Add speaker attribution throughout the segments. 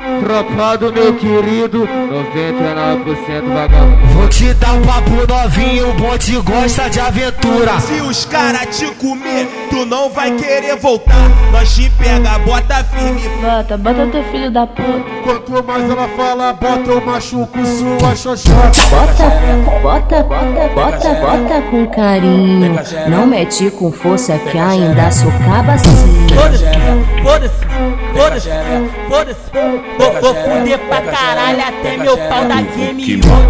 Speaker 1: envelopado, meu querido 99% vagabundo
Speaker 2: Vou te dar um papo novinho, o bonde gosta de aventura.
Speaker 3: Se os cara te comer, tu não vai querer voltar. Nós te pega, bota firme.
Speaker 4: Bota, bota teu filho da puta.
Speaker 5: Quanto mais ela fala, bota eu machuco sua xoxota.
Speaker 6: Bota, bota, bota, bota, bota com carinho. Não mete com força que ainda socava assim.
Speaker 7: Foda-se, foda-se, foda-se, foda-se. Vou, vou fuder pra caralho até meu pau da Game On.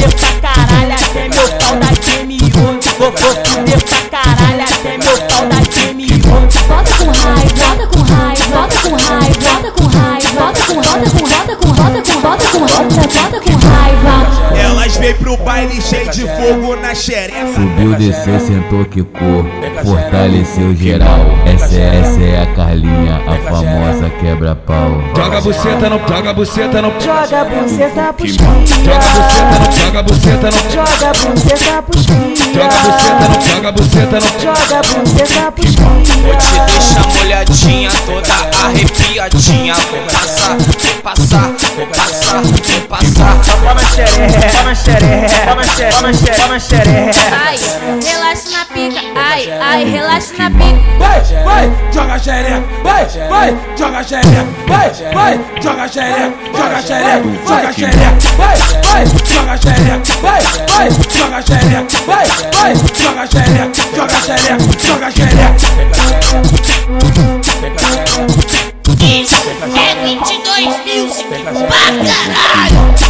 Speaker 7: Vou fuder pra caralho até meu pau da Game On. Vou, vou fuder pra caralho até meu pau da Game On.
Speaker 6: Bota com raiva, bota com raiva, bota com raiva, bota com raiva, bota com bota com bota com bota com bota com bota bota com raiva.
Speaker 3: Elas vêm pro baile cheio de fogo na xereca.
Speaker 1: Subiu, desceu, sentou, quicou, fortaleceu geral. Essa, essa é a Carlinha, a famosa quebra-pau.
Speaker 8: Joga a buceta no, joga a buceta no, joga
Speaker 9: Joga a buceta pros
Speaker 8: a buceta
Speaker 9: cria.
Speaker 8: no, joga a buceta no,
Speaker 9: Joga a buceta pros cria.
Speaker 8: joga a buceta no, joga a buceta no.
Speaker 9: Joga a buceta pros cria.
Speaker 10: Deixa molhadinha, toda arrepiadinha. Vou passar, vou passar, vou passar, vou passar.
Speaker 4: Ai, relaxa na pica. Ai, ai, relaxa na pica.
Speaker 3: Vai, vai, joga xereca. Vai, vai, joga xereca. Vai, vai, joga xereca. Joga xereca, joga xereca. Vai, vai, joga xereca. Vai, vai, joga xereca. Vai, vai, joga xereca. Joga xereca, joga xereca.
Speaker 4: Isso é 22 music pra caralho.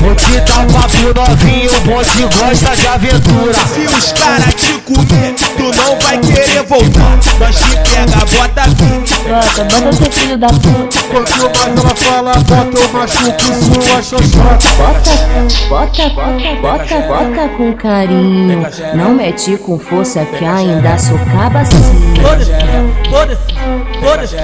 Speaker 2: Vou te dar um papo novinho, o bonde gosta de aventura.
Speaker 3: Se os cara te comer, tu não vai querer voltar. Nós te pega, bota firme.
Speaker 4: Bota, bota teu filho da puta.
Speaker 5: Quanto mais ela fala, bota eu machuco sua xoxota.
Speaker 6: Bota, bota, bota, bota com carinho. Não mete com força que ainda socava assim.
Speaker 7: Foda-se, foda-se, foda-se,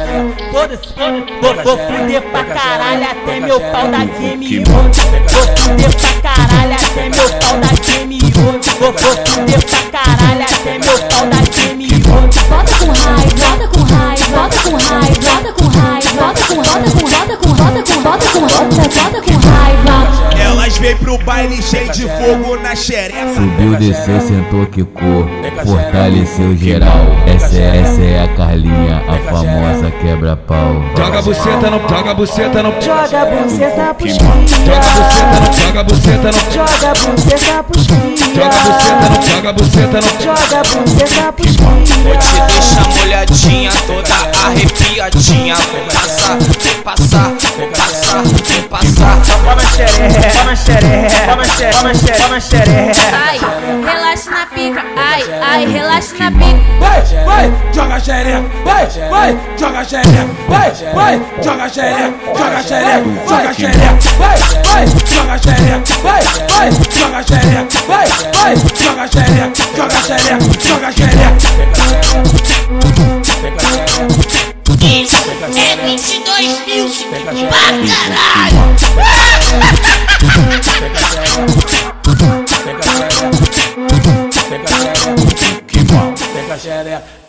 Speaker 7: foda-se. Vou, vou fuder pra caralho até meu pau da Game On. Vou fuder pra caralho até meu pau da Game On. Vou, vou fuder pra caralho até meu pau da Game On.
Speaker 6: Bota com raiva, bota com raiva, bota com raiva, bota com raiva, bota com bota com bota com bota com bota com bota bota com raiva.
Speaker 3: Elas vêm pro baile cheio de fogo na xereca.
Speaker 1: Subiu, desceu, sentou, quicou, fortaleceu geral. Essa, essa é a Carlinha, a famosa quebra-pau.
Speaker 8: Joga a buceta no, joga a buceta no, joga
Speaker 9: Joga a buceta pros
Speaker 8: a buceta
Speaker 9: cria.
Speaker 8: no, joga a buceta no,
Speaker 9: Joga a buceta pros cria.
Speaker 8: joga a buceta no, joga a buceta no.
Speaker 9: Joga a buceta pros
Speaker 10: Vou te
Speaker 9: cria.
Speaker 10: deixar molhadinha, toda arrepiadinha. Vou passar, vou passar, vou passar, vou passar.
Speaker 4: Ai, relaxa na pica. Ai, ai, relaxa na pica.
Speaker 3: Vai, vai, joga xereca. Vai, vai, joga xereca. Vai, vai, joga xereca. Joga xereca, joga xereca. Vai, vai, joga xereca. Vai, vai, joga xereca. Vai, vai, joga xereca. Joga xereca, joga xereca.
Speaker 4: Isso é 22 music pra caralho.
Speaker 7: Pega a xereca,